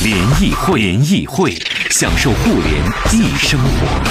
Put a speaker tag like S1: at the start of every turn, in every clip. S1: 联谊会，联谊会，享受互联易生活。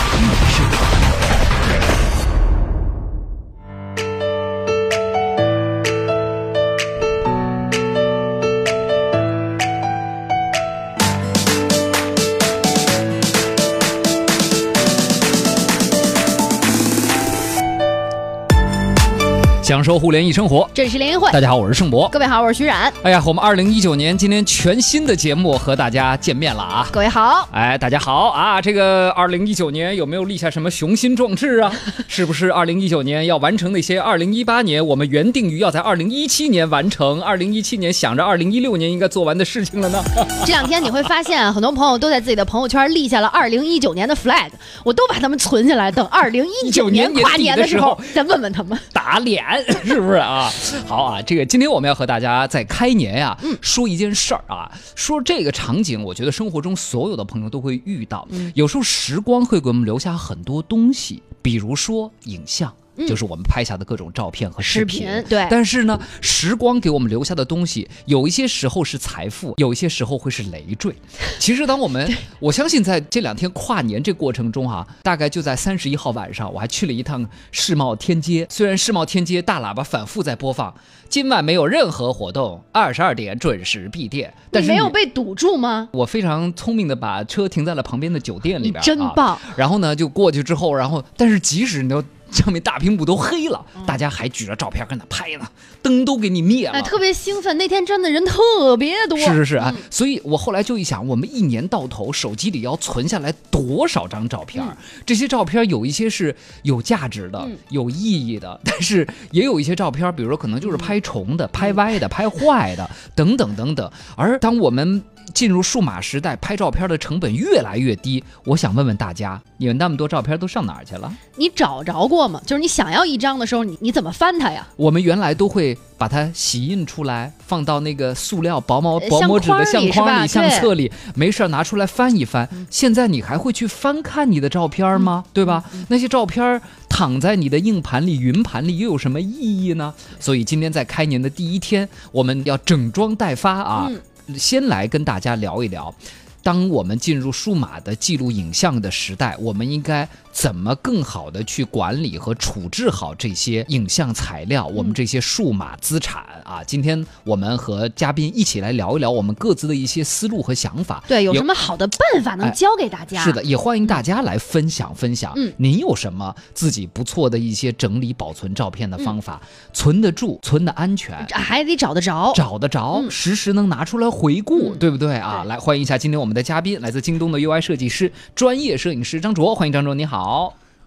S2: 享受互联易生活。
S3: 这里是联谊会，
S2: 大家好，我是盛博。
S3: 各位好，我是徐冉，
S2: 哎呀，我们二零一九年今天全新的节目和大家见面了啊！
S3: 各位好。
S2: 哎，大家好啊！这个二零一九年有没有立下什么雄心壮志啊？是不是二零一九年要完成那些二零一八年我们原定于要在二零一七年完成，二零一七年想着二零一六年应该做完的事情了呢？
S3: 这两天你会发现，啊很多朋友都在自己的朋友圈立下了二零一九年的 flag，我都把他们存下来，等二零一九年
S2: 19年
S3: 跨年的时候
S2: 年底
S3: 再问问他们。
S2: 打脸 是不是啊？好啊，这个今天我们要和大家在开年呀、说一件事儿啊，说这个场景，我觉得生活中所有的朋友都会遇到，有时候时光会给我们留下很多东西，比如说影像。就是我们拍下的各种照片和嗯视频，
S3: 视频对
S2: 但是呢，时光给我们留下的东西，有一些时候是财富，有一些时候会是累 赘。其实，当我们我相信，在这两天跨年这过程中啊，大概就在三十一号晚上，我还去了一趟世贸天街。虽然世贸天街大喇叭反复在播放“今晚没有任何活动，二十二点准时闭店”，但
S3: 你
S2: 是
S3: 没有
S2: 你
S3: 被堵住吗？
S2: 我非常聪明的把车停在了旁边的酒店里边、啊，
S3: 你真棒
S2: 然后呢，就过去之后，然后但是即使你都上面大屏幕都黑了，大家还举着照片跟那拍呢，灯都给你灭了。
S3: 嗯哎，特别兴奋，那天真的人特别多。嗯
S2: 是是是啊，所以我后来就一想，我们一年到头手机里要存下来多少张照片儿？
S3: 嗯
S2: 这些照片儿有一些是有价值的、有意义的，但是也有一些照片儿，比如说可能
S3: 嗯
S2: 就是拍重的、拍歪的、拍坏的等等等等。而当我们进入数码时代，拍照片儿的成本越来越低，我想问问大家，你们那么多照片儿都上哪儿去了？
S3: 你找着过吗？就是你想要一张的时候，你你怎么翻它呀？
S2: 我们原来都会把它洗印出来，放到那个塑料薄毛
S3: 呃
S2: 薄膜纸的
S3: 相
S2: 相
S3: 框
S2: 框里、
S3: 里是吧嗯
S2: 相册里，没事儿拿出来翻一翻。现在你还会去翻看你的照片吗？对吧？
S3: 嗯
S2: 那些照片躺在你的硬盘里、云盘里又有什么意义呢？所以今天在开年的第一天，我们要整装待发啊！
S3: 嗯
S2: 先来跟大家聊一聊。当我们进入数码的记录影像的时代，我们应该怎么更好的去管理和处置好这些影像材料，我们这些数码资产啊？今天我们和嘉宾一起来聊一聊我们各自的一些思路和想法。
S3: 对，有
S2: 也
S3: 什么好的办法能
S2: 哎
S3: 教给大家？
S2: 是的，，也欢迎大家来分享分享，
S3: 嗯
S2: 您有什么自己不错的一些整理保存照片的方法，
S3: 嗯
S2: 存得住，存得安全。
S3: 还得找得着。
S2: 找得着，时时能拿出来回顾，
S3: 哦嗯
S2: 对不对啊？
S3: 对
S2: 来欢迎一下今天我们的嘉宾，来自京东的 UI 设计师、专业摄影师张卓，欢迎张卓，你好。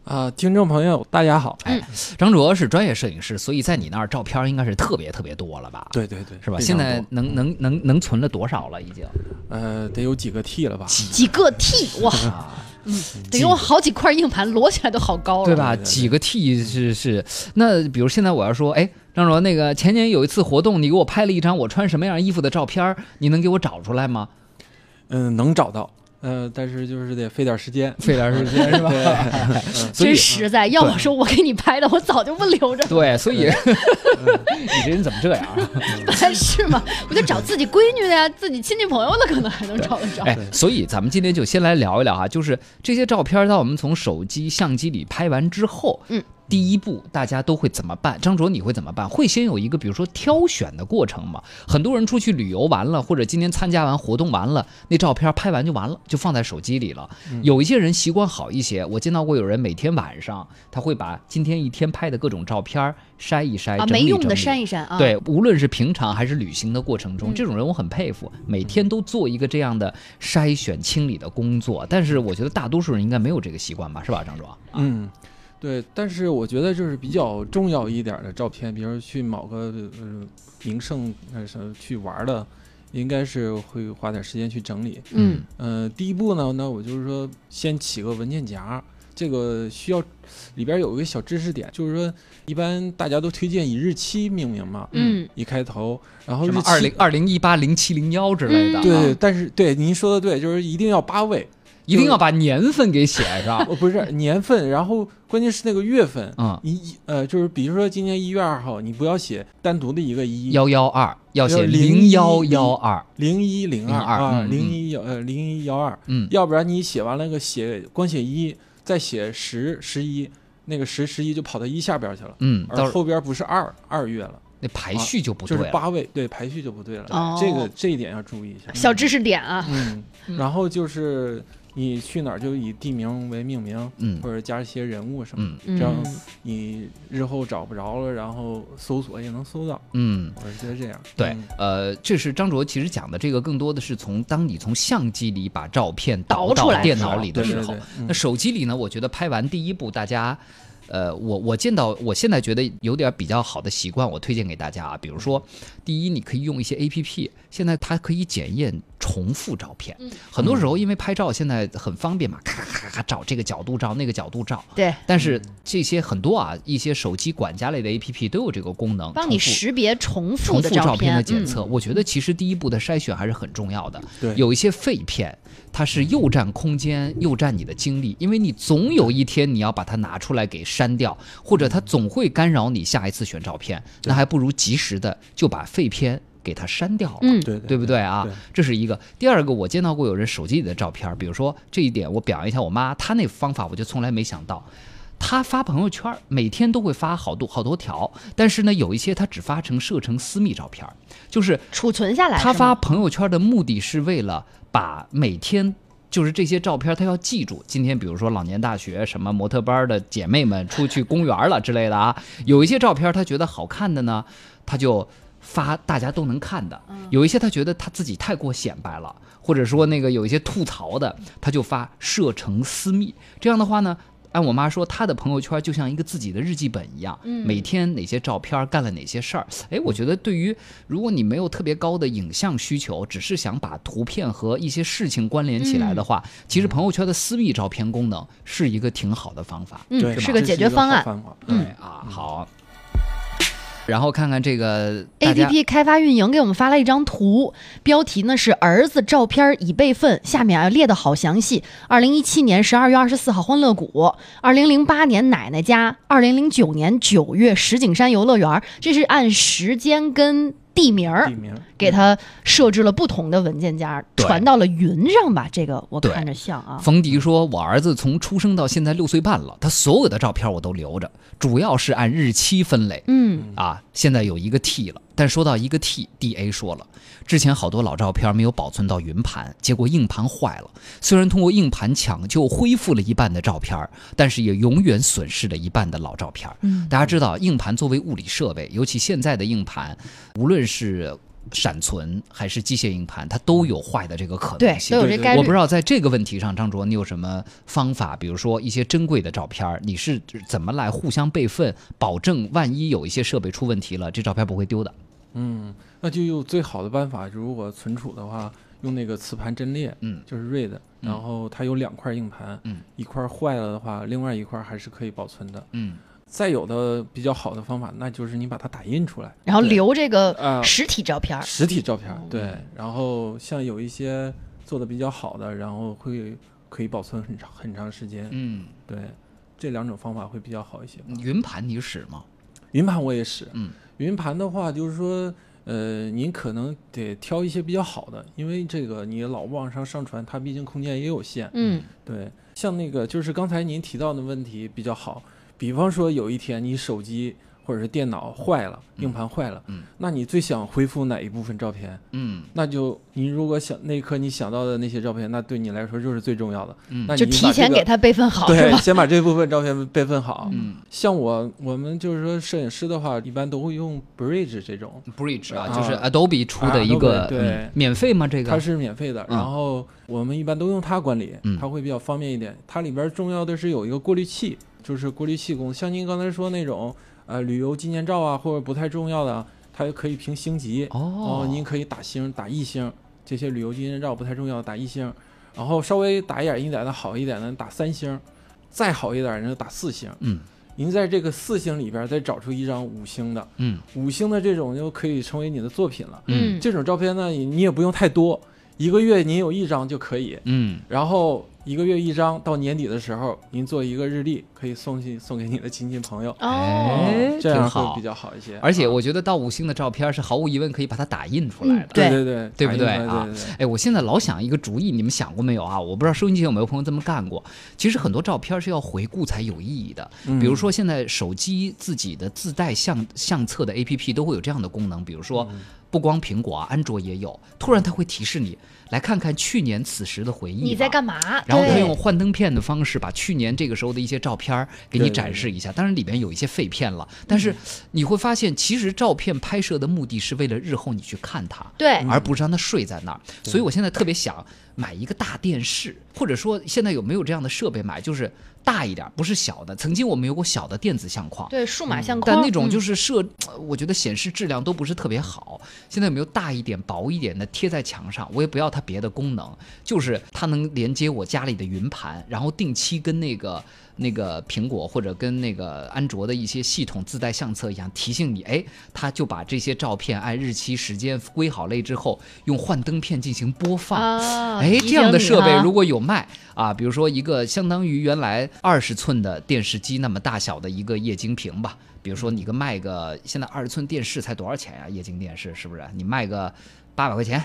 S4: 啊、听众朋友，大家好。
S2: 哎，张卓是专业摄影师，所以在你那儿照片应该是特别特别多了吧？，
S4: 对对对，
S2: 是吧？
S4: 非
S2: 现
S4: 常
S2: 在
S4: 多嗯
S2: 能能能能存了多少了？已经
S4: 呃，得有几个 T 了吧？
S3: 几个 T 哇，嗯
S2: 啊，
S3: 得用好几块硬盘摞起来都好高了。
S2: 对吧？
S4: 哦对对
S2: 几个 T 是是，那比如现在我要说，哎，张卓，那个前年有一次活动，你给我拍了一张我穿什么样衣服的照片儿，你能给我找出来 吗？
S4: 嗯、能找到。呃，但是就是得费点时间。
S2: 费点时间是吧？所以，
S3: 真实在，要我说我给你拍的，我早就不留着
S2: 对，所以
S4: 嗯
S2: 你这人怎么这样啊？
S3: 是吗？我就找自己闺女的呀，自己亲戚朋友的，可能还能找得啊着。
S2: 哎，所以咱们今天就先来聊一聊哈，就是这些照片，当我们从手机相机里拍完之后，
S3: 嗯，
S2: 第一步大家都会怎么办？张卓，你会怎么办？会先有一个比如说挑选的过程吗？很多人出去旅游完了，或者今天参加完活动完了，那照片拍完就完了，就放在手机里了。有一些人习惯好一些，我见到过有人每天晚上他会把今天一天拍的各种照片筛一筛，
S3: 啊，
S2: 哎整
S3: 没
S2: 理
S3: 用
S2: 整
S3: 的
S2: 理
S3: 删一删啊。，
S2: 对，无论是平常还是旅行的过程中，
S3: 嗯
S2: 这种人我很佩服，每天都做一个这样的筛选清理的工作。但是我觉得大多数人应该没有这个习惯吧，是吧，张啊卓？
S4: 嗯，对。但是我觉得就是比较重要一点的照片，比如去某个呃名胜呃什么去玩儿的，应该是会花点时间去整理。
S3: 嗯，
S4: 呃，第一步呢，那我就是说先起个文件夹，这个需要里边有一个小知识点，就是说一般大家都推荐以日期命名嘛，
S3: 嗯，
S4: 一开头，然后
S2: 什
S4: 日
S2: 么
S4: 期
S2: 二零二零一八零七零幺之
S3: 嗯
S2: 类的、啊，
S4: 对，但是对您说的对，就是一定要八位，
S2: 一定要把年份给写上。
S4: 哦不是年份，然后关键是那个月份
S2: 嗯
S4: 你一呃就是比如说今年一月二号，你不要写单独的一个一，
S2: 幺幺二要写
S4: 要
S2: 零幺幺二，
S4: 零一零
S2: 02
S4: 啊，
S2: 嗯嗯
S4: 零一幺呃零一幺二，
S2: 嗯，
S4: 要不然你写完了个写光写一，再写十十一，那个十十一就跑到一下边去了，
S2: 嗯，到
S4: 而
S2: 时候
S4: 后边不是二二月了，
S2: 那排序就不
S4: 就
S2: 对
S4: 是
S2: 了。
S4: 八位，对排序就不对了，
S3: 哦
S4: 这个这一点要注意一下。
S3: 小知识点啊，
S4: 嗯，然后就是你去哪儿就以地名为命名，
S2: 嗯
S4: 或者加一些人物什么的，
S3: 嗯
S4: 这样你日后找不着了，然后搜索也能搜到。
S2: 嗯，
S4: 我是觉得这样。
S2: 对
S4: 嗯，
S2: 呃，这是张卓其实讲的这个，更多的是从当你从相机里把照片导
S3: 导出
S2: 到
S3: 来
S2: 电脑里的
S4: 对
S2: 时
S4: 对
S2: 候
S4: 对，嗯
S2: 那手机里呢，我觉得拍完第一部大家。呃，我我见到我现在觉得有点比较好的习惯，我推荐给大家啊。比如说，
S3: 嗯
S2: 第一，你可以用一些 A P P，现在它可以检验重复照片。
S3: 嗯
S2: 很多时候因为拍照现在很方便嘛，咔咔咔咔照这个角度照那个角度照，
S3: 对，
S2: 但是这些很多啊，一些手机管家类的 A P P 都有这个功能，
S3: 帮你
S2: 重复
S3: 识别重复
S2: 重
S3: 的
S2: 复照
S3: 片
S2: 的检
S3: 嗯
S2: 测，我觉得其实第一步的筛选还是很重要的。
S4: 对
S2: 有一些废片，它是又占空间又占你的精力，因为你总有一天你要把它拿出来给删掉，或者它总会干扰你下一次选照片，那还不如及时的就把废片给它删掉了。
S3: 嗯
S4: 对对
S2: 对不对啊
S4: 对？
S2: 这是一个。第二个，我见到过有人手机里的照片，比如说这一点，我表扬一下我妈，她那方法我就从来没想到。她发朋友圈，每天都会发好多好多条，但是呢，有一些她只发成设成私密照片，就是
S3: 储存下来是
S2: 她
S3: 吗。
S2: 发朋友圈的目的是为了把每天。就是这些照片，她要记住。今天，比如说老年大学什么模特班的姐妹们出去公园了之类的啊，
S3: 嗯
S2: 有一些照片她觉得好看的呢，她就发大家都能看的。
S3: 嗯
S2: 有一些她觉得她自己太过显摆了，或者说那个有一些吐槽的，她就发设成私密。这样的话呢，按我妈说，她的朋友圈就像一个自己的日记本一样，
S3: 嗯
S2: 每天哪些照片干了哪些事儿。哎，我觉得对于如果你没有特别高的影像需求，只是想把图片和一些事情关联起来的
S3: 嗯
S2: 话，其实朋友圈的私密照片功能是一个挺好的方法。
S3: 嗯
S4: 对
S3: 是
S4: 吧
S3: 个
S4: 这
S3: 解决
S4: 一
S3: 方
S4: 好
S3: 案
S4: 方法嗯
S2: 对啊，
S3: 嗯
S2: 好。然后看看这个大
S3: A
S2: 家
S3: P P 开发运营给我们发了一张图，标题呢是“儿子照片已备份”，下面啊列的好详细。二零一七年十二月二十四号欢乐谷，二零零八年奶奶家，二零零九年九月石景山游乐园，这是按时间跟地名儿
S4: 地名
S3: 给它设置了不同的文件夹，
S2: 对
S3: 传到了云上吧。这个我
S2: 对
S3: 看着像啊，
S2: 冯迪说：“我儿子从出生到现在六岁半了，他所有的照片我都留着，主要是按日期分类。
S3: 嗯
S2: 啊，现在有一个 T 了。但说到一个 T，D A 说了，之前好多老照片没有保存到云盘，结果硬盘坏了。虽然通过硬盘抢救恢复了一半的照片儿，但是也永远损失了一半的老照片儿。
S3: 嗯
S2: 大家知道，硬盘作为物理设备，尤其现在的硬盘，无论是闪存还是机械硬盘，它都有坏的这个可
S3: 对
S2: 能，性
S3: 都。有这
S4: 对
S3: 概率。
S2: 我不知道在这个问题上，张卓，你有什么方法？比如说一些珍贵的照片儿，你是怎么来互相备份，保证万一有一些设备出问题了，这照片不会丢的？
S4: 嗯，那就用最好的办法，如果存储的话，用那个磁盘阵列，
S2: 嗯
S4: 就是 RAID，然后它有两块硬盘，
S2: 嗯，
S4: 一块坏了的话，另外一块还是可以保存的。
S2: 嗯，
S4: 再有的比较好的方法，那就是你把它打印出来，
S3: 然后留这个
S4: 啊
S3: 实体照
S2: 哎
S3: 片儿，
S4: 实体照片
S2: 哦
S4: 儿，对。
S2: 嗯
S4: 然后像有一些做的比较好的，然后会可以保存很长很长时间，
S2: 嗯，
S4: 对。这两种方法会比较好一些吧。
S2: 云盘你使吗？
S4: 云盘我也使，
S2: 嗯，
S4: 云盘的话就是说，呃，您可能得挑一些比较好的，因为这个你老往上上传，它毕竟空间也有限。
S3: 嗯
S4: 对，像那个就是刚才您提到的问题比较好，比方说有一天你手机或者是电脑坏了，硬盘坏了，
S2: 嗯
S4: 那你最想恢复哪一部分照片？
S2: 嗯，
S4: 那就你如果想那一刻你想到的那些照片，那对你来说就是最重要的。
S2: 嗯
S4: 那你
S3: 就
S4: 把
S3: 提前
S4: 这
S3: 给
S4: 个
S3: 它备份好是
S4: 对
S3: 吧，？
S4: 先把这部分照片备份好。
S2: 嗯
S4: 像我我们就是说摄影师的话，一般都会用 Bridge 这种，
S2: ，Bridge 啊，
S4: 啊
S2: 就是 Adobe 出的一个，
S4: Adobe，对
S2: 嗯免费吗？这
S4: 它
S2: 个？
S4: 是免费的。
S2: 嗯
S4: 然后我们一般都用它管理
S2: 嗯，
S4: 它会比较方便一点。它里边重要的是有一个过滤器，就是过滤器功能。像您刚才说那种呃旅游纪念照啊，或者不太重要的，它可以评星级。
S2: 哦，
S4: 您可以打星、打一星，这些旅游纪念照不太重要，打一星。然后稍微打眼一点的好一点的，打三星。再好一点儿，人就打四星。
S2: 嗯
S4: 您在这个四星里边儿再找出一张五星的，
S2: 嗯
S4: 五星的这种就可以成为你的作品了。
S2: 嗯
S4: 这种照片呢，你也不用太多，一个月您有一张就可以。
S2: 嗯
S4: 然后一个月一张，到年底的时候，您做一个日历，可以送去送给你的亲戚朋友，
S3: 哦，
S2: 哎
S4: 这样
S2: 挺好
S4: 会比较好一些。
S2: 而且我觉得到五星的照片是毫无疑问可以把它打印出来的。
S3: 嗯
S4: 对对对，
S2: 对不对
S4: 打印出来
S2: 啊
S4: 对对对
S2: 哎，我现在老想一个主意，你们想过没有啊？我不知道收音机前有没有朋友这么干过。其实很多照片是要回顾才有意义的，
S4: 嗯
S2: 比如说现在手机自己的自带相相册的 APP 都会有这样的功能，比如说
S4: 嗯
S2: 不光苹果啊，安卓也有，突然它会提示你来看看去年此时的回忆。
S3: 你在干？嘛？
S2: 然后他
S3: 对
S2: 用幻灯片的方式把去年这个时候的一些照片儿给你
S4: 对对
S2: 展示一下，当然里边有一些废片了，但
S3: 嗯
S2: 是你会发现，其实照片拍摄的目的是为了日后你去看它。
S3: 对，
S2: 而不是让它睡在那儿。所以我现在特别想买一个大电视，或者说现在有没有这样的设备买，就是大一点，不是小的。曾经我们有过小的电子相框。
S3: 对，数码相框，
S2: 嗯
S3: 嗯啊
S2: 但那种就是是设，呃我觉得显示质量都不是特别好。现在有没有大一点、薄一点的贴在墙上？我也不要它别的功能，就是它能连接我家里的云盘，然后定期跟那个那个苹果或者跟那个安卓的一些系统自带相册一样提醒你，哎，它就把这些照片按日期、时间归好类之后，用幻灯片进行播放。
S3: 啊，
S2: 哎，
S3: 提
S2: 这样
S3: 醒
S2: 的
S3: 你
S2: 设备
S3: 哈
S2: 如果有卖啊，比如说一个相当于原来二十寸的电视机那么大小的一个液晶屏吧，比如说你个卖个现在二十寸电视才多少钱呀、液晶电视是不是？你卖个八百块钱，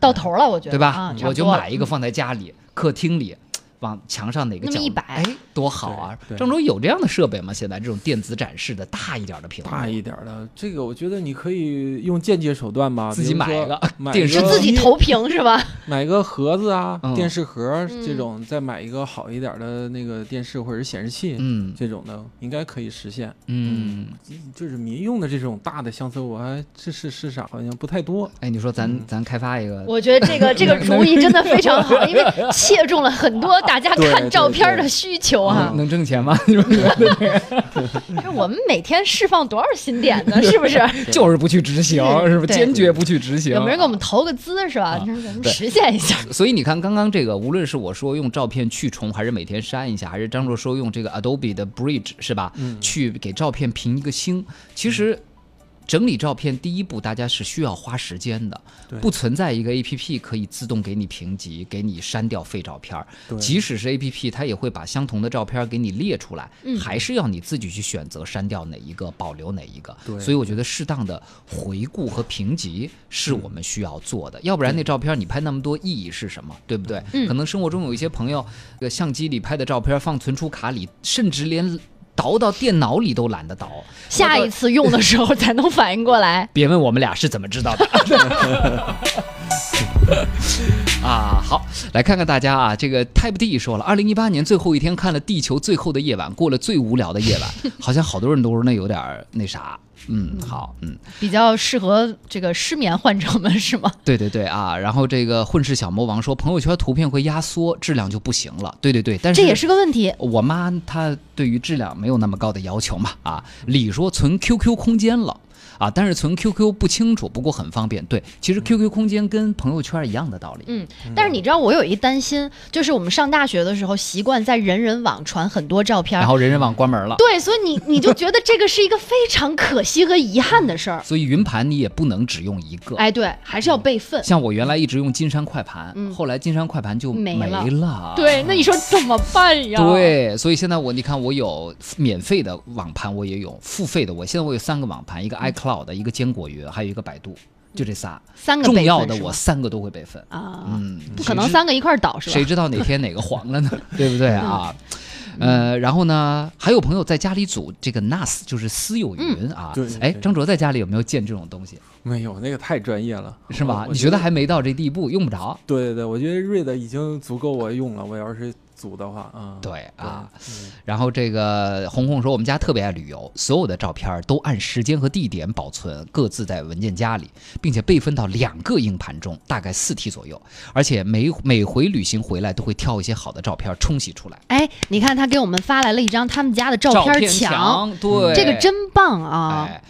S3: 到头了，我觉得
S2: 对吧？
S3: 啊、差
S2: 我
S3: 不
S2: 就
S3: 多
S2: 买一个放在家里、客厅里，往墙上哪个
S3: 那么
S2: 角
S3: 一
S2: 落
S3: 摆
S2: 哎，多好啊！
S4: 对对
S2: 郑州有这样的设备吗？现在这种电子展示的大一点的屏幕，
S4: 大一点儿的，这个我觉得你可以用间接手段吧，
S2: 自己
S4: 比如
S2: 买一
S4: 说
S2: 个
S4: 买
S2: 电
S4: 一
S2: 视
S3: 是
S4: 个
S3: 自己投屏是吧？
S4: 买个盒子啊
S2: 嗯，
S4: 电视盒儿
S3: 嗯
S4: 这种，再买一个好一点儿的那个电视或者是显示器
S2: 嗯
S4: 这种的，应该可以实现。
S2: 嗯，
S4: 就是民用的这种大的相册，我还这是市场好像不太多。
S2: 哎，你说咱、咱开发一个，
S3: 嗯我觉得 这个这个主意真的非常好，因为切中了很多大家
S4: 对
S3: 看
S4: 对
S3: 照片
S4: 对
S3: 的需求
S2: 能
S3: 啊。
S2: 能挣钱吗？ 你说嗯
S3: 就是我们每天释放多少新点呢？是 不是？
S2: 就是不去执行，是不是？
S3: 对
S2: 坚决不去执行。
S3: 有没有人给我们投个资是
S2: 啊
S3: 吧？就是我们实现一下。
S2: 所以你看，刚刚这个，无论是我说用照片去重，还是每天删一下，还是张卓说用这个 Adobe 的 Bridge 是吧？
S4: 嗯
S2: 去给照片评一个星，其实。整理照片，第一步大家是需要花时间的，
S4: 对
S2: 不存在一个 A P P 可以自动给你评级、给你删掉废照片儿。
S4: 对
S2: 即使是 A P P，它也会把相同的照片儿给你列出来，
S3: 嗯
S2: 还是要你自己去选择删掉哪一个，保留哪一个。
S4: 对
S2: 所以我觉得适当的回顾和评级是我们需要做
S4: 嗯
S2: 的，要不然那照片你拍那么多意义是什么？对不对？
S3: 嗯
S2: 可能生活中有一些朋友，呃，相机里拍的照片放存储卡里，甚至连倒到电脑里都懒得倒。
S3: 下一次用的时候才能反应过来。
S2: 别问我们俩是怎么知道的。 啊，好，来看看大家啊，这个 Type D 说了，二零一八年最后一天看了《地球最后的夜晚》，过了最无聊的夜晚，好像好多人都说那有点儿那啥，嗯，好，嗯，
S3: 比较适合这个失眠患者们是吗？
S2: 对对对啊，然后这个混世小魔王说，朋友圈图片会压缩，质量就不行了，对对对，但是
S3: 这也是个问题。
S2: 我妈她对于质量没有那么高的要求嘛啊，理说存 QQ 空间了啊，但是存 QQ 不清楚，不过很方便。对，其实 QQ 空间跟朋友圈一样的道理。
S3: 嗯，但是你知道我有一担心，就是我们上大学的时候习惯在人人网传很多照片
S2: 然，后人人网关门了，
S3: 对，所以 你你就觉得这个是一个非常可惜和遗憾的事 儿。
S2: 所以云盘你也不能只用一个。
S3: 哎，对，还是要备份。
S2: 像我原来一直用金山快盘，
S3: 嗯
S2: 后来金山快盘就
S3: 没了
S2: 了
S3: 对，那你说怎么办呀？，
S2: 对，所以现在我你看，我有免费的网盘，我也有付费的。我现在我有三个网盘，一个 iCloud 一个坚果云，还有一个百度，就这仨。
S3: 三个备
S2: 重
S3: 份
S2: 要的
S3: 是
S2: 我
S3: 吗
S2: 三个都会备份。
S3: 啊，
S2: 嗯，
S3: 不
S2: 谁
S3: 可能
S2: 知
S3: 三个一块儿倒是吧？
S2: 谁知道哪天哪个黄 了呢？对不对啊？
S3: 嗯
S2: 呃，然后呢，还有朋友在家里组这个 NAS，就是私有云
S3: 嗯
S2: 啊
S4: 对。
S2: 哎、
S4: 对
S2: 张卓在家里有没有建这种东西？
S4: 没有，那个太专业了，
S2: 是
S4: 我
S2: 吗？
S4: 我
S2: 你觉得还没到这地步，用不着。
S4: 对对对，我觉得瑞的已经足够我用了。我要是组的话，啊、嗯，
S2: 对啊，
S4: 嗯
S2: 然后这个红红说，我们家特别爱旅游，所有的照片都按时间和地点保存，各自在文件夹里，并且备份到两个硬盘中，大概四 T 左右。而且每每回旅行回来都会挑一些好的照片冲洗出来。
S3: 哎，你看他给我们发来了一张他们家的照
S2: 片
S3: 墙，
S2: 墙，对，哎
S3: 这个真棒啊！
S2: 哎，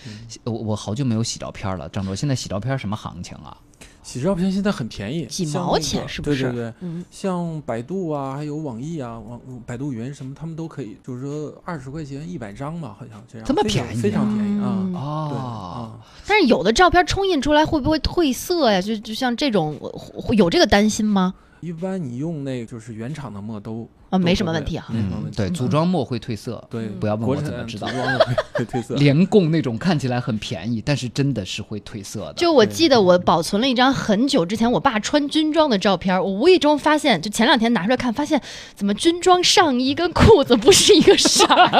S2: 我我好久没有洗照片了，张卓，现在洗照片什么行情啊？
S4: 喜剧照片现在很便宜，
S3: 几
S4: 像
S3: 毛
S4: 那个
S3: 钱是不是
S4: 对对对，
S3: 嗯，
S4: 像百度啊，还有网易啊，网百度云什么，他们都可以，就是说二十块钱一百张吧，好像这样，
S2: 这么
S4: 非常
S2: 便宜啊
S4: 非常便宜啊
S3: 嗯。
S4: 对
S2: 哦，
S4: 啊，
S3: 但是有的照片冲印出来会不会褪色呀？就就像这种，我会有这个担心吗？
S4: 一般你用那个就是原厂的墨都
S3: 啊，嗯没
S4: 都
S3: 什么
S4: 不会
S3: 问题哈。
S4: 没什么
S2: 嗯，
S4: 问题
S2: 对，组装墨会褪色，
S4: 对，
S2: 不要问
S4: 国
S2: 我
S4: 产
S2: 怎么知道
S4: 涂装的会会褪色。
S2: 联供那种看起来很便宜，但是真的是会褪色的。
S3: 就我记得我保存了一张很久之前我爸穿军装的照片，我无意中发现，就前两天拿出来看，发现怎么军装上衣跟裤子不是一个色儿，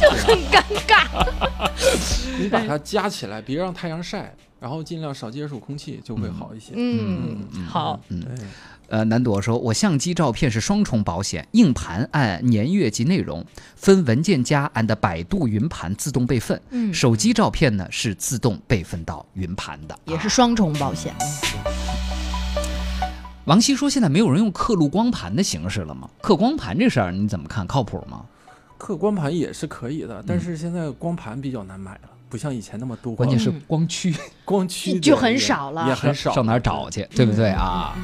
S3: 就很尴尬。
S4: 你把它夹起来，别让太阳晒，然后尽量少接触空气，就会好一些。
S3: 嗯，好，
S4: 对，
S2: 呃，南朵说，我相机照片是双重保险，硬盘按年月及内容分文件夹 and 百度云盘自动备份，
S3: 嗯
S2: 手机照片呢是自动备份到云盘的。
S3: 也是双重保险。
S2: 王希说，现在没有人用刻录光盘的形式了吗？刻光盘这事儿你怎么看？靠谱吗？
S4: 刻光盘也是可以的，但是现在光盘比较难买了，不像以前那么多。
S2: 嗯关键是
S3: 嗯
S2: 光驱
S4: 光驱的
S3: 就很
S4: 也
S3: 少了
S4: 也很少。嗯
S2: 上哪儿找去，对不对啊？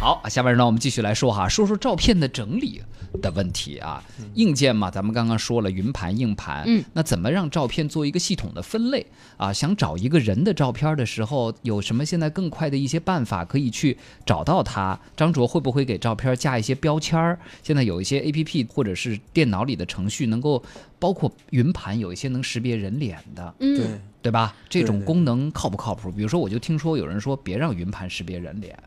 S2: 好，下面让我们继续来说哈，说说照片的整理的问题啊。
S4: 嗯
S2: 硬件嘛，咱们刚刚说了，云盘、硬盘，
S3: 嗯，
S2: 那怎么让照片做一个系统的分类啊？想找一个人的照片的时候，有什么现在更快的一些办法可以去找到他？张卓会不会给照片加一些标签儿？现在有一些 A P P 或者是电脑里的程序能够，包括云盘有一些能识别人脸的，
S3: 嗯，
S4: 对，
S2: 对吧？这种
S4: 对对
S2: 功能靠不靠谱？比如说，我就听说有人说别让云盘识别人脸，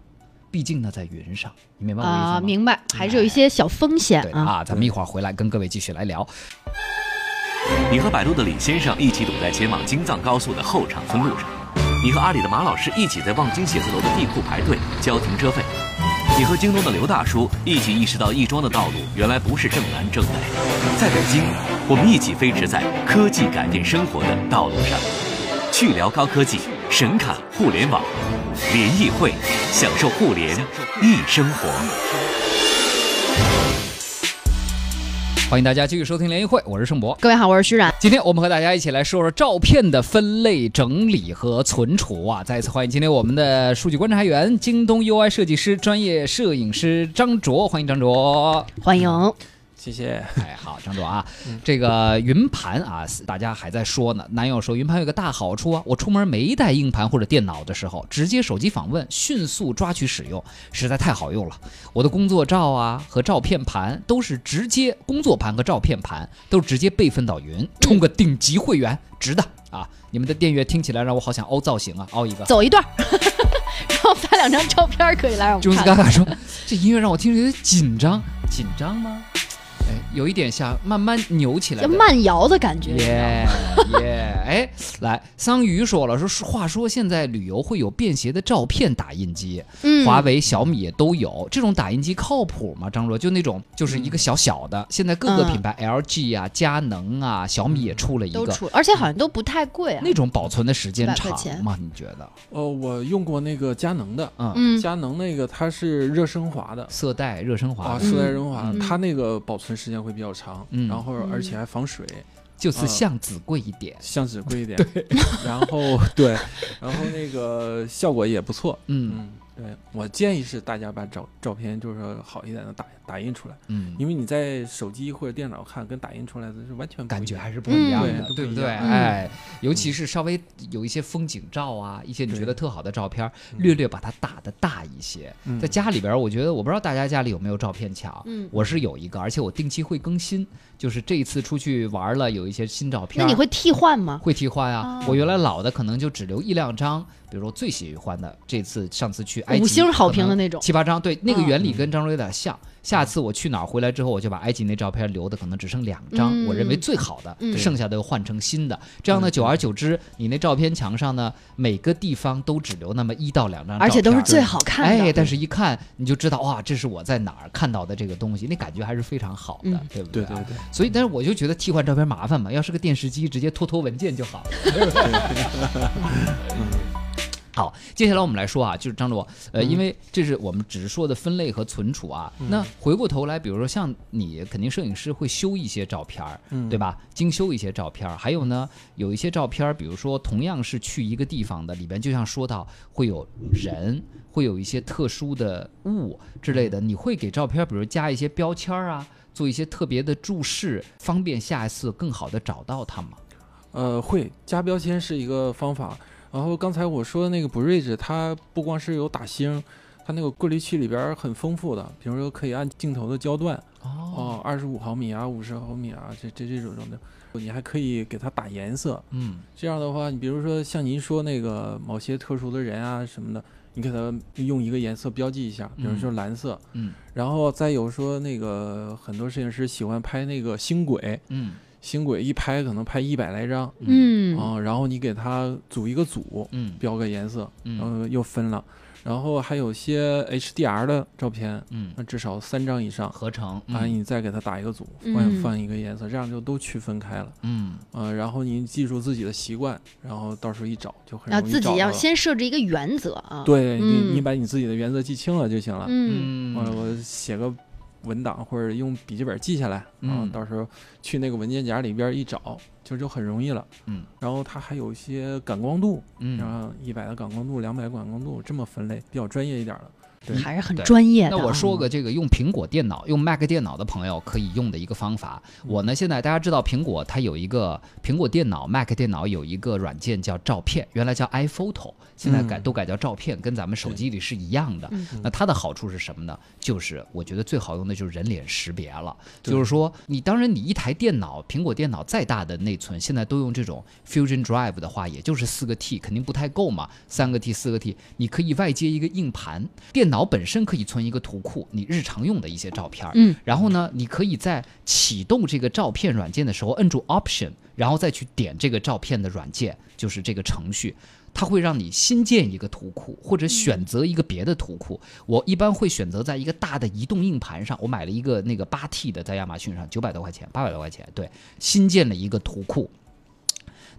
S2: 毕竟呢在云上，你明白我的意思吗？
S3: 啊，明白，还是有一些小风险
S2: 对的
S3: 啊。
S2: 啊，咱们一会儿回来跟各位继续来聊。
S1: 你和百度的李先生一起堵在前往京藏高速的后场村路上，你和阿里的马老师一起在望京写字楼的地库排队交停车费，你和京东的刘大叔一起意识到亦庄的道路原来不是正南正北，在北京，我们一起飞驰在科技改变生活的道路上，去聊高科技，神侃互联网，联谊会，享受互联易生活。
S2: 欢迎大家继续收听联谊会，我是盛博。
S3: 各位好，我是徐冉。
S2: 今天我们和大家一起来说说照片的分类、整理和存储啊！再次欢迎今天我们的数据观察员、京东 UI 设计师、专业摄影师张卓，欢迎张卓。
S3: 欢迎，
S4: 谢谢。
S2: 哎，好，张总啊，这个云盘啊，大家还在说呢。男友说，云盘有个大好处啊，我出门没带硬盘或者电脑的时候，直接手机访问，迅速抓取使用，实在太好用了。我的工作照啊和照片盘都是直接工作盘和照片盘都直接备份到云，充个顶级会员，值的啊！你们的订阅听起来让我好想凹造型啊，凹一个。
S3: 走一段儿，然后发两张照片可以来让我
S2: 朱
S3: 们
S2: 斯
S3: 看
S2: 嘎。嘎说：“这音乐让我听着有点紧张，紧张吗？哎，有一点像慢慢扭起来
S3: 就
S2: 的
S3: 慢摇的感觉。
S2: 耶耶！哎，来，桑榆说了，说话说现在旅游会有便携的照片打印机，
S3: 嗯，
S2: 华为、小米也都有，这种打印机靠谱吗？张卓，就那种就是
S3: 嗯
S2: 一个小小的，现在各个品牌 LG 啊、佳能啊、小米也出了一
S3: 嗯都
S2: 个，
S3: 出，而且好像都不太贵啊。
S2: 那种保存的时间
S3: 100块
S2: 长
S3: 钱
S2: 吗？你觉得？
S4: 哦，我用过那个佳能的，
S2: 嗯，
S3: 嗯，
S4: 佳能那个它是热升华的
S2: 色带、热升华
S4: 啊，
S2: 的，
S4: 时代升华
S3: 嗯，
S4: 它那个保存时间会比较长
S2: 嗯，
S4: 然后而且还防水，
S2: 就是
S4: 啊
S2: 像子贵一点。
S4: 相纸贵一点。然后对，然后那个效果也不错。
S2: 嗯
S4: 嗯，对，我建议是大家把照照片就是说好一点的打打印出来，
S2: 嗯，
S4: 因为你在手机或者电脑看跟打印出来的是完全不一
S2: 感
S4: 样
S2: 觉还是不一样的，
S4: 嗯
S2: 对不
S4: 对都不一
S2: 对？
S4: 样
S2: 哎，尤其是稍微有一些风景照啊，一些你觉得特好的照片，
S4: 嗯
S2: 略略把它打的大一些。
S4: 嗯
S2: 在家里边儿，我觉得我不知道大家家里有没有照片墙，
S3: 嗯
S2: 我是有一个，而且我定期会更新，就是这一次出去玩了，有一些新照片
S3: 那
S2: 儿。
S3: 你会替换吗？
S2: 会替换啊！
S3: 哦
S2: 我原来老的可能就只留一两张，比如说我最喜欢的，这次上次去埃及
S3: 五星好评的那
S2: 可
S3: 种
S2: 能七八张，对，那个
S3: 嗯
S2: 原理跟张卓有点像。下次我去哪儿回来之后，我就把埃及那照片留的可能只剩两张，
S3: 嗯
S2: 我认为最好的，
S3: 嗯
S2: 剩下的又换成新的。这样呢，
S4: 嗯
S2: 久而久之，你那照片墙上呢，每个地方都只留那么一到两张照片，
S3: 而且都是最好看的。
S2: 哎，但是一看你就知道哇，这是我在哪儿看到的这个东西，那感觉还是非常好的，
S3: 嗯
S2: 对不
S4: 对
S2: 啊
S4: 对对，
S2: 所以，但是我就觉得替换照片麻烦嘛，要是个电视机，直接拖拖文件就好了。 好，接下来我们来说啊，就是张罗，呃，因为这是我们只是说的分类和存储啊。那回过头来，比如说像你，肯定摄影师会修一些照片儿，
S4: 嗯
S2: 对吧？精修一些照片儿，还有呢，有一些照片儿，比如说同样是去一个地方的，里边就像说到会有人，会有一些特殊的物之类的，你会给照片儿，比如加一些标签儿啊，做一些特别的注释，方便下一次更好的找到它吗？
S4: 呃，会加标签是一个方法。然后刚才我说的那个 bridge，它不光是有打星，它那个过滤器里边儿很丰富的，比如说可以按镜头的焦段，
S2: 哦，
S4: 哦，二十五毫米啊，五十毫米啊，这这这种的，你还可以给它打颜色。
S2: 嗯，
S4: 这样的话，你比如说像您说那个某些特殊的人啊什么的，你给它用一个颜色标记一下，比如说蓝色，
S2: 嗯，
S4: 然后再有说那个很多摄影师喜欢拍那个星轨，
S2: 嗯，
S4: 星轨一拍可能拍一百来张，
S3: 嗯
S2: 哦
S4: 啊，然后你给它组一个组，
S2: 嗯，
S4: 标个颜色，然
S2: 嗯，
S4: 后又分了，然后还有些 HDR 的照片，
S2: 嗯，
S4: 那至少三张以上。
S2: 合成，
S4: 啊，
S2: 嗯
S4: 你再给它打一个组，
S3: 嗯
S4: 换换一个颜色，这样就都区分开了。
S2: 嗯，
S4: 呃，然后你记住自己的习惯，然后到时候一找就很
S3: 然后
S4: 容易
S3: 自
S4: 找
S3: 己要
S4: 到了
S3: 先设置一个原则啊。，
S4: 对
S3: 嗯
S4: 你，你把你自己的原则记清了就行了。
S3: 嗯
S2: 嗯
S4: 我我写个文档或者用笔记本记下来，然后
S2: 嗯
S4: 到时候去那个文件夹里边一找，就就很容易了。
S2: 嗯，
S4: 然后它还有一些感光度，然
S2: 嗯，
S4: 后一百的感光度、两百感光度这么分类，比较专业一点了。对
S3: 还是很
S2: 对
S3: 专业的
S2: 那
S3: 啊。
S2: 我说个这个用苹果电脑、用 Mac 电脑的朋友可以用的一个方法。我呢，现在大家知道苹果它有一个苹果电脑、Mac 电脑有一个软件叫照片，原来叫 iPhoto，现在改
S4: 嗯
S2: 都改叫照片，跟咱们手机里是一样的。
S3: 嗯
S2: 那它的好处是什么呢？就是我觉得最好用的就是人脸识别了，
S4: 对
S2: 就是说你当然你一台电脑，苹果电脑再大的内存，现在都用这种 Fusion Drive 的话，也就是四个 T，肯定不太够嘛，三个 T 四个 T，你可以外接一个硬盘，电脑本身可以存一个图库，你日常用的一些照片儿。
S3: 嗯
S2: 然后呢，你可以在启动这个照片软件的时候摁住 Option，然后再去点这个照片的软件，就是这个程序。它会让你新建一个图库，或者选择一个别的图库。我一般会选择在一个大的移动硬盘上，我买了一个那个八 T 的，在亚马逊上九百多块钱，八百多块钱，对，新建了一个图库，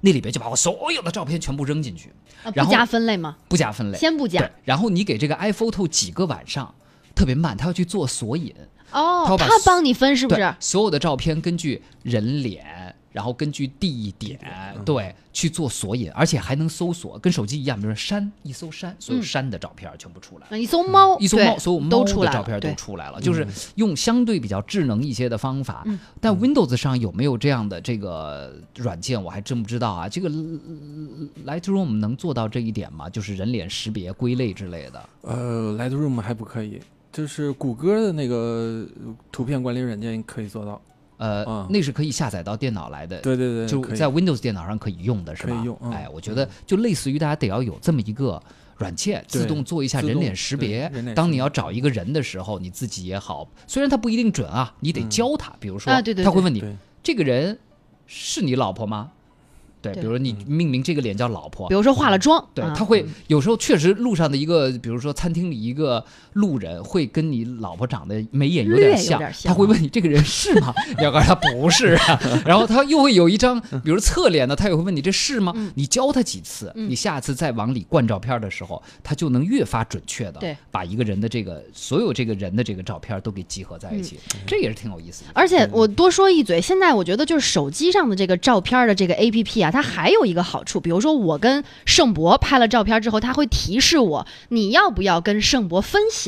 S2: 那里边就把我所有的照片全部扔进去，
S3: 啊不
S2: 然后
S3: 加分类吗？
S2: 不加分类，
S3: 先不
S2: 对
S3: 加。，
S2: 然后你给这个 iPhoto 几个晚上，特别慢，它要去做索引，他
S3: 哦，
S2: 把
S3: 他帮你分是不
S2: 对，
S3: 是？
S2: 所有的照片根据人脸，然后根据地点，对，去做索引，而且还能搜索，跟手机一样，比如说山，一搜山，所有
S3: 嗯
S2: 山的照片全部出来。
S3: 嗯一搜猫，
S2: 一搜
S3: 对
S2: 猫，所有猫
S3: 都出
S2: 的
S3: 来
S2: 照
S3: 了。
S2: 片都
S3: 对，
S2: 出来了，就是用相对比较智能一些的方法。
S3: 嗯
S2: 但 Windows 上有没有这样的这个软件，我还真不知道啊。这个呃 Lightroom 能做到这一点吗？就是人脸识别、归类之类的。
S4: 呃，Lightroom 还不可以，就是谷歌的那个呃图片管理软件可以做到。
S2: 呃，
S4: 嗯
S2: 那是可以下载到电脑来的，
S4: 对对对，
S2: 呃就
S4: 可以
S2: 在 Windows 电脑上可以用的是吧？
S4: 可以用嗯
S2: 哎，我觉得就类似于大家得要有这么一个软件，
S4: 对
S2: 自动做一下
S4: 自动
S2: 人脸识别
S4: 对人脸识别。
S2: 当你要找一个人的时候，你自己也好，虽然它不一定准啊，你得教他。比如说，
S3: 啊对对
S2: 他会问你
S4: 嗯对，
S2: 这个人是你老婆吗？对，
S3: 对
S2: 比如说你
S4: 嗯
S2: 命名这个脸叫老婆
S3: 比。如说化了妆，
S2: 嗯对
S3: 啊，
S2: 他会有时候确实路上的一个，比如说餐厅里一个路人，会跟你老婆长得眉眼有
S3: 略
S2: 点
S3: 有
S2: 像
S3: 点，像嗯
S2: 他会问你这个人是吗？ 你要告诉他不是啊，然后他又会有一张，比如侧脸的，他也会问你这是吗？你教他几次，
S3: 嗯
S2: 你下次再往里灌照片的时候，他就能越发准确的
S3: 对
S2: 把一个人的这个所有这个人的这个照片都给集合在一起，
S3: 嗯
S2: 这也是挺有意思的。
S3: 而且我多说一嘴，现在我觉得就是手机上的这个照片的这个 A P P 啊，它还有一个好处，比如说我跟盛博拍了照片之后，它会提示我你要不要跟盛博分享。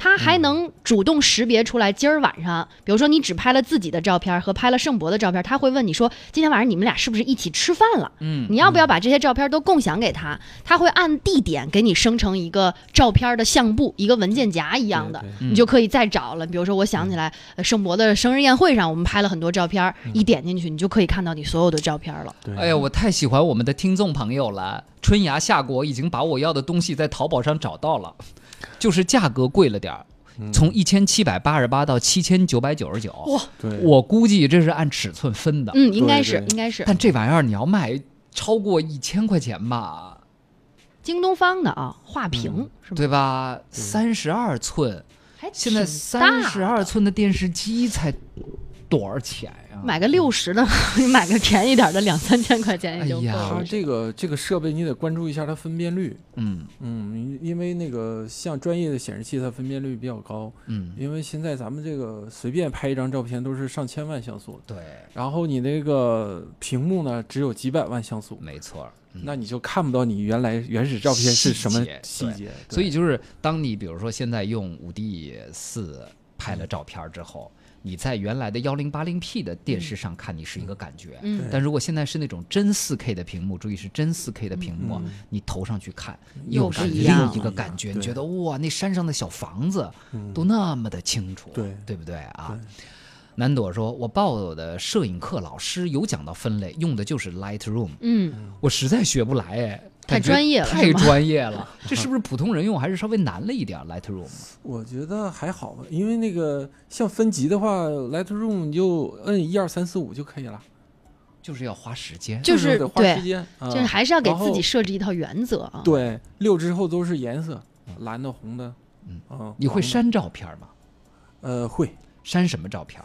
S3: 它还能主动识别出来，今儿晚上，比如说你只拍了自己的照片和拍了盛博的照片，它会问你说，今天晚上你们俩是不是一起吃饭了？
S2: 嗯
S3: 你要不要把这些照片都共享给他？他会按地点给你生成一个照片的相簿，一个文件夹一样的
S4: 对，
S2: 对
S3: 你就可以再找了。比如说，我想起来，呃盛博的生日宴会上，我们拍了很多照片，一点进去，你就可以看到你所有的照片了。
S4: 对，
S2: 哎呀，我太喜欢我们的听众朋友了。春芽夏果已经把我要的东西在淘宝上找到了，就是价格贵了点儿，
S3: 嗯
S4: 嗯
S2: 从一千七百八十八到七千九百九十九。
S4: 对，
S2: 我估计这是按尺寸分的，
S3: 嗯，应该是
S4: 对，
S3: 应该是
S2: 但这玩意儿你要卖超过一千块钱吧，
S3: 嗯京东方的啊，画屏是吗？
S2: 对吧？三十二寸，
S3: 还
S2: 现在
S3: 挺大
S2: 三十二寸的电视机才多少钱呀、
S3: 买个六十的，你买个便宜点的，两三千块钱也就够
S2: 哎呀
S3: 了。
S4: 它这个这个设备你得关注一下它分辨率，
S2: 嗯
S4: 嗯，因为那个像专业的显示器，它分辨率比较高，
S2: 嗯，
S4: 因为现在咱们这个随便拍一张照片都是上千万像素，
S2: 对，
S4: 然后你那个屏幕呢只有几百万像素，
S2: 没错儿。嗯
S4: 那你就看不到你原来原始照片是什么
S2: 细节
S4: 细节，对
S2: 所以就是当你比如说现在用五 D 四拍了照片之后，你在原来的幺零八零 P 的电视上看，你是一个感觉。
S3: 嗯，
S2: 但如果现在是那种真四 K 的屏幕，注意是真四 K 的屏幕啊，
S4: 嗯
S2: 你投上去看，
S3: 又
S2: 又
S3: 不
S2: 是
S3: 一
S2: 另
S3: 样
S2: 一个
S4: 了
S2: 感觉，你
S4: 对
S2: 觉得哇，那山上的小房子
S4: 嗯
S2: 都那么的清楚，
S4: 对
S2: 对不对啊
S4: 对？
S2: 南朵说：“我报我的摄影课老师有讲到分类，用的就是 Lightroom，
S3: 嗯，
S2: 我实在学不来哎，
S3: 太
S2: 感觉
S3: 专业了
S2: 太
S3: 是吗
S2: 专业 了。这是不是普通人用还是稍微难了一点？Lightroom
S4: 我觉得还好吧，因为那个像分级的话，Lightroom 你就摁一二三四五就可以了，
S2: 就是要花时间，
S3: 就
S4: 就是
S3: 是
S4: 得花时
S3: 对，
S4: 间，
S2: 嗯
S4: 啊
S3: 就是还是要给
S4: 然
S3: 自己
S4: 后
S3: 设置一套原则啊。
S4: 对六之后都是颜色，蓝的、红的，
S2: 嗯
S4: 啊，
S2: 你会
S4: 黄的？
S2: 删照片吗？
S4: 呃，会，
S2: 删什么照片？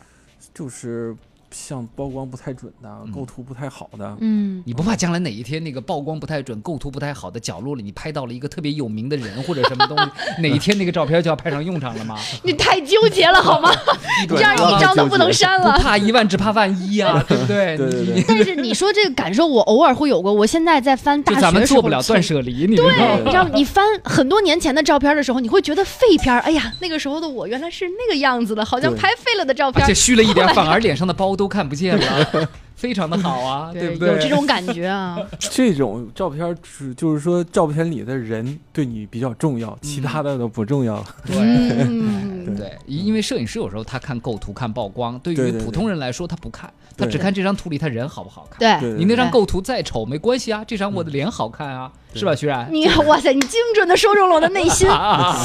S4: 就是像曝光不太准的
S2: 嗯，
S4: 构图不太好的，
S3: 嗯，
S2: 你不怕将来哪一天那个曝光不太准、构图不太好的角落里，你拍到了一个特别有名的人或者什么东西， 哪一天那个照片就要派上用场了吗？
S3: 你太纠结了好吗？
S2: 一
S3: 这
S2: 点
S3: 样
S2: 儿
S3: 一张都不能删
S2: 不
S3: 了。
S2: 怕一万，只怕万一啊，对不 对？
S4: 对对 对
S2: 你
S3: 但是你说这个感受，我偶尔会有过。我现在在翻大
S2: 就
S3: 学，
S2: 咱们做不了断。舍离，你知道吗？
S3: 对，你知道吗？你翻很多年前的照片的时候，你会觉得废片儿。哎呀，那个时候的我原来是那个样子的，好像
S4: 对
S3: 拍废了的照片
S2: 而
S3: 儿
S2: 且。虚了一点，反而脸上的包都看不见了，非常的好啊，不对？
S3: 有这种感 觉啊。
S4: 这种照片只就是说照片里的人对你比较重要，其他的都不重要了。
S2: 对。
S3: 嗯，
S2: 对，因因为摄影师有时候他看构图、看曝光，对于
S4: 对对对
S2: 普通人来说他不看，他
S4: 对
S2: 只看这张图里他人好不好看。
S3: 对。
S4: 对，
S2: 你那张
S3: 对
S2: 构图再丑没关系啊，这张我的
S4: 嗯
S2: 脸好看啊，是吧，徐然？
S3: 你哇塞，你精准的说中了我的内心，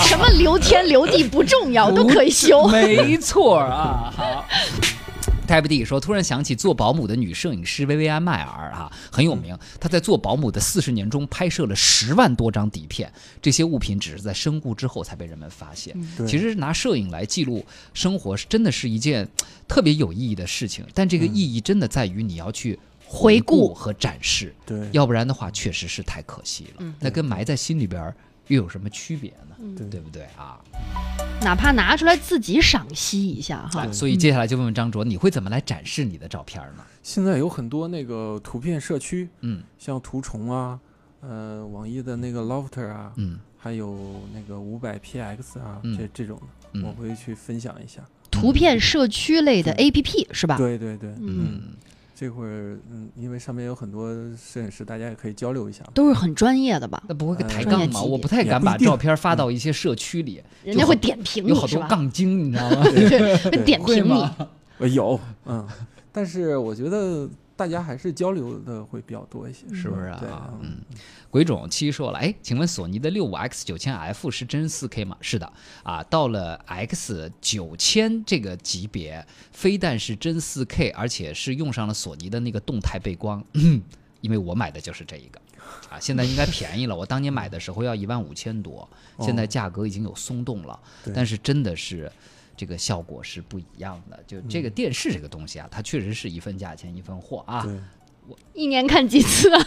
S3: 什么留天留地不重要，都可以 修。
S2: 没错啊，好。Type D 说：“突然想起做保姆的女摄影师薇薇安·迈尔啊，很有名。她在做保姆的四十年中拍摄了十万多张底片，这些物品只是在身故之后才被人们发现。
S4: 对
S2: 其实拿摄影来记录生活，是真的是一件嘖特别有意义的事情。但这个意义真的在于你要去
S3: 回顾
S2: 顾和展示，
S4: 对
S2: 要不然的话，确实是太可惜了
S3: 嗯。
S2: 那跟埋在心里边儿又有什么区别呢？
S4: 对
S2: 对不对啊？
S3: 哪怕拿出来自己赏析一下哈
S2: 哎，所以
S4: 嗯
S2: 接下来就问问张卓，你会怎么来展示你的照片呢？
S4: 现在有很多那个图片社区，
S2: 嗯
S4: 像图虫啊，呃，网易的那个 Lofter 啊，
S2: 嗯
S4: 还有那个五百 PX 啊，
S2: 嗯
S4: 这这种的，我
S2: 嗯
S4: 会去分享一下。
S3: 图片社区类的
S4: 对
S3: APP 是吧？
S4: 对对对，
S3: 嗯，
S4: 这会儿嗯，因为上面有很多摄影师，大家也可以交流一下嘛。
S3: 都是很专业的吧？
S2: 那不会抬
S3: 专业
S2: 杠吗？
S3: 级别
S2: 我不太敢把
S4: 呃也不一定嗯
S2: 照片发到一些社区里，
S3: 人家
S2: 就
S3: 会
S2: 好
S3: 点评
S2: 有
S3: 你
S2: 好
S3: 是
S2: 多
S3: 吧？
S2: 杠精，你知 道吗？
S3: 对，会
S4: 对
S3: 点
S2: 会
S3: 评你
S2: 吗。？
S4: 呃，有，嗯，但是我觉得大家还是交流的会比较多一些，
S2: 是不是
S4: 对
S2: 啊？
S4: 嗯
S2: 嗯，鬼冢七说了，哎，请问索尼的六五 X 九千 F 是真四 K 吗？是的，啊，到了 X 九千这个级别，非但是真四 K，而且是用上了索尼的那个动态背光， 因为我买的就是这一个。啊，现在应该便宜了。我当年买的时候要一万五千多，现在价格已经有松动了。
S4: 哦对
S2: 但是真的是，这个效果是不一样的。就这个电视这个东西啊，它确实是一分价钱一分货啊。
S4: 对，
S3: 一年看几次？啊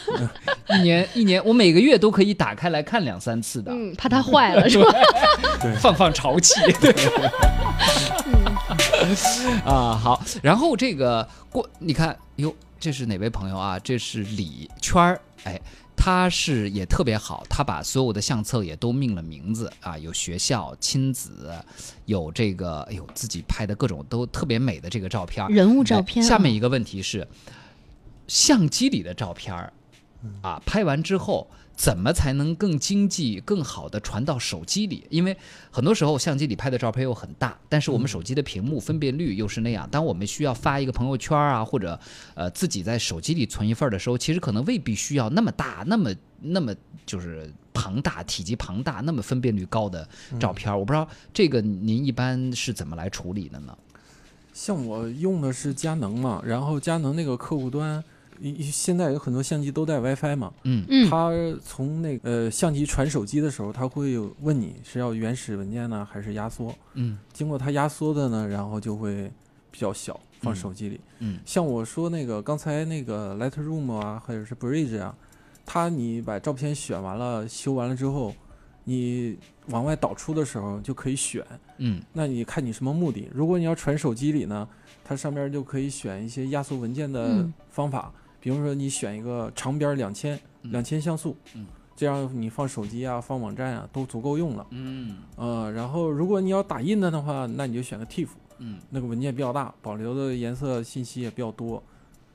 S2: 一年一年，我每个月都可以打开来看两三次的，
S3: 嗯，怕它坏了是吧？
S2: 放放潮气。 对，
S3: 嗯
S2: 啊好，然后这个过，你看，哟，这是哪位朋友啊？这是李圈儿，哎。他是也特别好，他把所有的相册也都命了名字啊，有学校、亲子，有这个，哎呦，自己拍的各种都特别美的这个照片儿，
S3: 人物照片。
S2: 哎
S3: 啊
S2: 下面一个问题是，相机里的照片儿啊，拍完之后怎么才能更经济、更好的传到手机里？因为很多时候相机里拍的照片又很大，但是我们手机的屏幕分辨率又是那样。当我们需要发一个朋友圈啊，或者呃自己在手机里存一份儿的时候，其实可能未必需要那么大、那么那么就是庞大、体积庞大、那么分辨率高的照片儿。我不知道这个您一般是怎么来处理的呢？
S4: 像我用的是佳能嘛，然后佳能那个客户端，一一现在有很多相机都带 WiFi 嘛，
S2: 嗯
S3: 嗯
S4: 它从那个、呃相机传手机的时候，它会有问你是要原始文件呢还是压缩，
S2: 嗯
S4: 经过它压缩的呢，然后就会比较小，放手机里。
S2: 嗯
S4: 像我说那个刚才那个 Lightroom 啊，或者是 Bridge 啊，它你把照片选完了、修完了之后，你往外导出的时候就可以选。
S2: 嗯
S4: 那你看你什么目的？如果你要传手机里呢，它上面就可以选一些压缩文件的
S3: 嗯
S4: 方法，比如说你选一个长边两千
S2: 嗯
S4: 两千像素，
S2: 嗯
S4: 这样你放手机啊、放网站啊都足够用了。
S2: 嗯
S4: 呃，然后如果你要打印的的话，那你就选个 TIFF，
S2: 嗯
S4: 那个文件比较大，保留的颜色信息也比较多。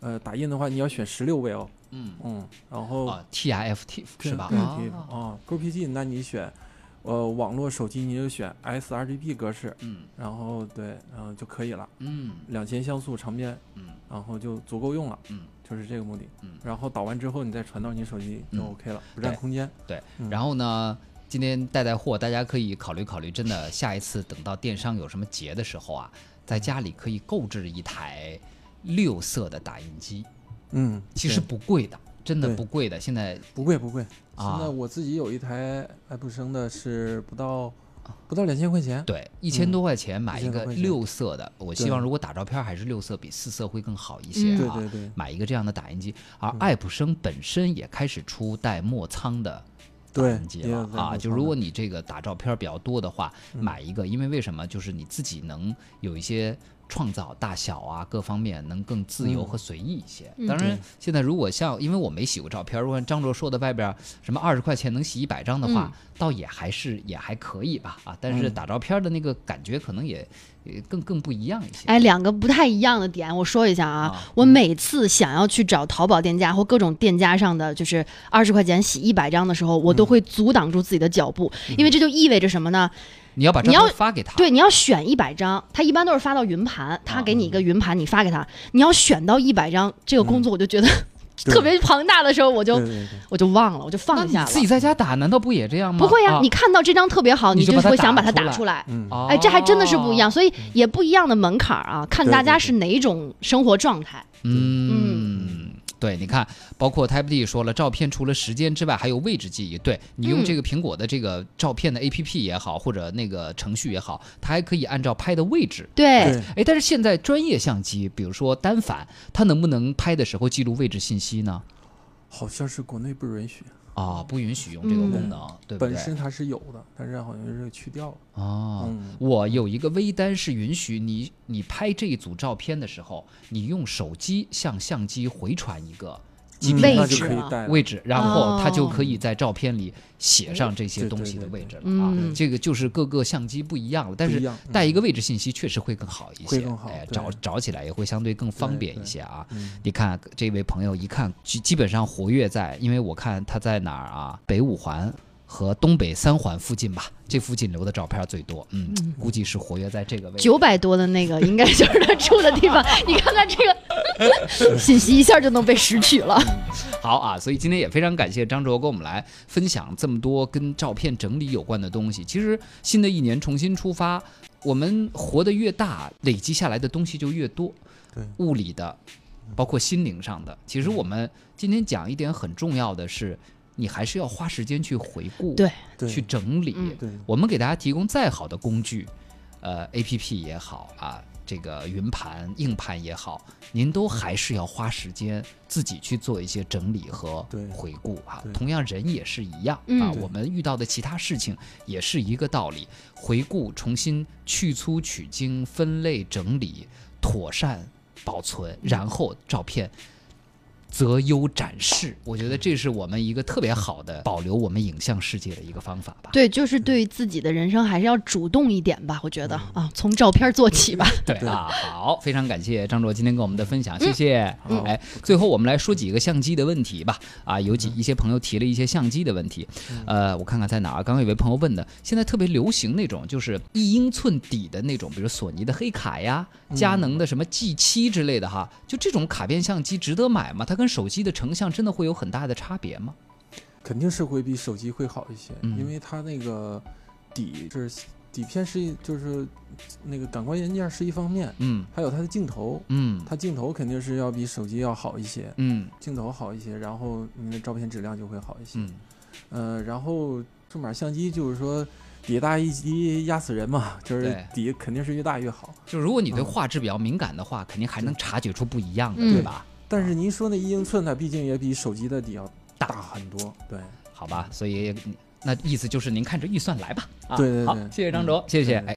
S4: 呃，打印的话你要选十六位哦，
S2: 嗯
S4: 嗯，然后
S2: 啊，TIFT 是吧？
S4: 对
S2: 啊
S4: TIFF 啊，GPG 那你选，呃，网络手机你就选 sRGB 格式，
S2: 嗯
S4: 然后对，然后就可以了。
S2: 嗯
S4: 两千像素长边，
S2: 嗯
S4: 然后就足够用了，
S2: 嗯，
S4: 就是这个目的。
S2: 嗯
S4: 然后导完之后，你再传到你手机就
S2: 嗯
S4: OK 了，不占
S2: 对
S4: 空间。
S2: 对。
S4: 嗯
S2: 然后呢，今天带带货，大家可以考虑考虑，真的下一次等到电商有什么节的时候啊，在家里可以购置一台六色的打印机，
S4: 嗯，
S2: 其实
S4: 对
S2: 不贵的，真的
S4: 对
S2: 不贵的。现在
S4: 不贵不贵。
S2: 啊
S4: 现在我自己有一台爱普生的，是不到不到两千块钱。
S2: 啊对，一千
S4: 嗯
S2: 多块钱买一
S4: 1000多
S2: 个
S4: 块钱
S2: 六色的，我希
S4: 对
S2: 望如果打照片还是六色比四色会更好一些啊。
S4: 对对嗯对
S2: 买一个这样的打印机，而爱普生本身也开始出带墨仓的。打
S4: 对
S2: 印机
S4: 也有
S2: 了
S4: 带
S2: 啊，
S4: 墨
S2: 就
S4: 仓
S2: 如
S4: 的
S2: 果你这个打照片比较多的话，
S4: 嗯
S2: 买一个，因为为什么？就是你自己能有一些创造，大小啊各方面能更自由
S4: 嗯
S2: 和随意一些。
S3: 嗯
S2: 当然
S4: 对，
S2: 现在如果像因为我没洗过照片，如果张卓说的外边什么二十块钱能洗一百张的
S3: 嗯
S2: 话，倒也还是也还可以吧啊，但是
S4: 嗯
S2: 打照片的那个感觉可能也也更更不一样一些。
S3: 哎，两个不太一样的点，我说一下啊。
S2: 啊
S3: 我每次想要去找淘宝店家或各种店家上的，就是
S2: 嗯
S3: 二十块钱洗一百张的时候，我都会阻挡住自己的脚步，
S2: 嗯
S3: 因为这就意味着什么呢？
S2: 你要把照
S3: 你要
S2: 片发给他，
S3: 对，你要选一百张，他一般都是发到云盘，
S2: 啊
S3: 他给你
S2: 嗯
S3: 一个云盘，你发给他，你要选到一百张，这个工作我就 觉得
S4: 对
S3: 特别庞大的时候，我
S4: 对
S3: 就
S4: 对对，
S3: 我就忘了，我就
S2: 那
S3: 放
S2: 你
S3: 下
S2: 自己
S3: 了。
S2: 在家打，难道不也这样吗？
S3: 不会呀、
S2: 啊
S3: 你看到这张特别好，
S2: 你
S3: 你
S2: 就
S3: 就
S2: 把它
S3: 会想
S2: 打
S3: 把它
S2: 出
S3: 打
S2: 来
S3: 出来。
S4: 嗯，
S2: 哦
S3: 哎，这还真的是不一样，。所以也不一样的门槛儿啊，看
S4: 对
S3: 大
S4: 对
S3: 家
S4: 对
S3: 是哪一种生活状态。
S2: 嗯，对，你看，包括 Type D 说了，照片除了时间之外，还有位置记忆。对你用
S3: 嗯
S2: 这个苹果的这个照片的 APP 也好，或者那个程序也好，它还可以按照拍的位置。
S3: 对
S4: 对，
S2: 哎，但是现在专业相机，比如说单反，它能不能拍的时候记录位置信息呢？
S4: 好像是国内不允许，
S2: 啊，不允许用这个功能，对不
S4: 嗯本
S2: 对？
S4: 身它是有的，但是好像是去掉了。
S2: 啊，
S4: 嗯，
S2: 我有一个微单是允许你，你拍这一组照片的时候，你用手机向相机回传一个
S4: 嗯
S2: GPS
S4: 那
S3: 位
S4: 就
S3: 置
S4: 可以
S3: 啊
S4: 带了
S2: 位置，然后它就
S3: 哦
S2: 可以在照片里写上这些东西的位置了啊
S3: 嗯。
S2: 这个就是各个相机不一样了，但
S4: 不一
S2: 是
S4: 样嗯
S2: 带一个位置信息确实会更好一
S4: 会
S2: 些
S4: 更，好
S2: 哎，
S4: 对
S2: 找找起来也会相对更方便一些啊。
S4: 嗯，
S2: 你看这位朋友一看，基基本上活跃在，因为我看他在哪儿啊？北五环。和东北三环附近吧，这附近留的照片最多，嗯，估计是活跃在这个位置。
S3: 九百多的那个应该就是他住的地方。你看看这个信息一下就能被拾取了。
S2: 好啊，所以今天也非常感谢张卓跟我们来分享这么多跟照片整理有关的东西。其实新的一年重新出发，我们活得越大，累积下来的东西就越多，
S4: 对，
S2: 物理的，包括心灵上的。其实我们今天讲一点很重要的是，你还是要花时间去回顾，
S3: 对，
S4: 对
S2: 去整理。
S3: 嗯
S4: 对
S2: 我们给大家提供再好的工具，呃，A P P 也好啊，这个云盘、硬盘也好，您都还是要花时间自己去做一些整理和
S4: 对
S2: 回顾啊
S4: 对。
S2: 同样，人也是一样啊
S3: 嗯，
S2: 我们遇到的其他事情也是一个道理，回顾、重新去粗取精、分类整理、妥善保
S4: 嗯
S2: 存，然后照片。择优展示，我觉得这是我们一个特别好的保留我们影像世界的一个方法吧。
S3: 对，就是对于自己的人生还是要主动一点吧，我觉得啊，从照片做起吧。
S2: 对啊，好，非常感谢张卓今天跟我们的分享，谢谢。
S4: 嗯
S2: 哎，最后我们来说几个相机的问题吧。啊，有几一些朋友提了一些相机的问题，呃，我看看在哪儿。刚刚有位朋友问的，现在特别流行那种就是一英寸底的那种，比如索尼的黑卡呀、佳能的什么 G 七之类的哈，就这种卡片相机值得买吗？它跟手机的成像真的会有很大的差别吗？
S4: 肯定是会比手机会好一些，
S2: 嗯
S4: 因为它那个底是底片是一就是那个感光元件是一方面，
S2: 嗯
S4: 还有它的镜头，
S2: 嗯
S4: 它镜头肯定是要比手机要好一些，
S2: 嗯
S4: 镜头好一些，然后你的照片质量就会好一些。
S2: 嗯
S4: 呃，然后数码相机就是说底大一级压死人嘛，就是
S2: 对
S4: 底肯定是越大越好。
S2: 就如果你对画质比较敏感的话，肯定还能察觉出不一样的，
S3: 嗯
S2: 对吧？
S4: 但是您说那一英寸，它毕竟也比手机的底要大很多。对，
S2: 好吧，所以那意思就是您看着预算来吧。啊，
S4: 对对对嗯
S2: 好，谢谢张卓，谢谢，
S4: 对
S2: 哎。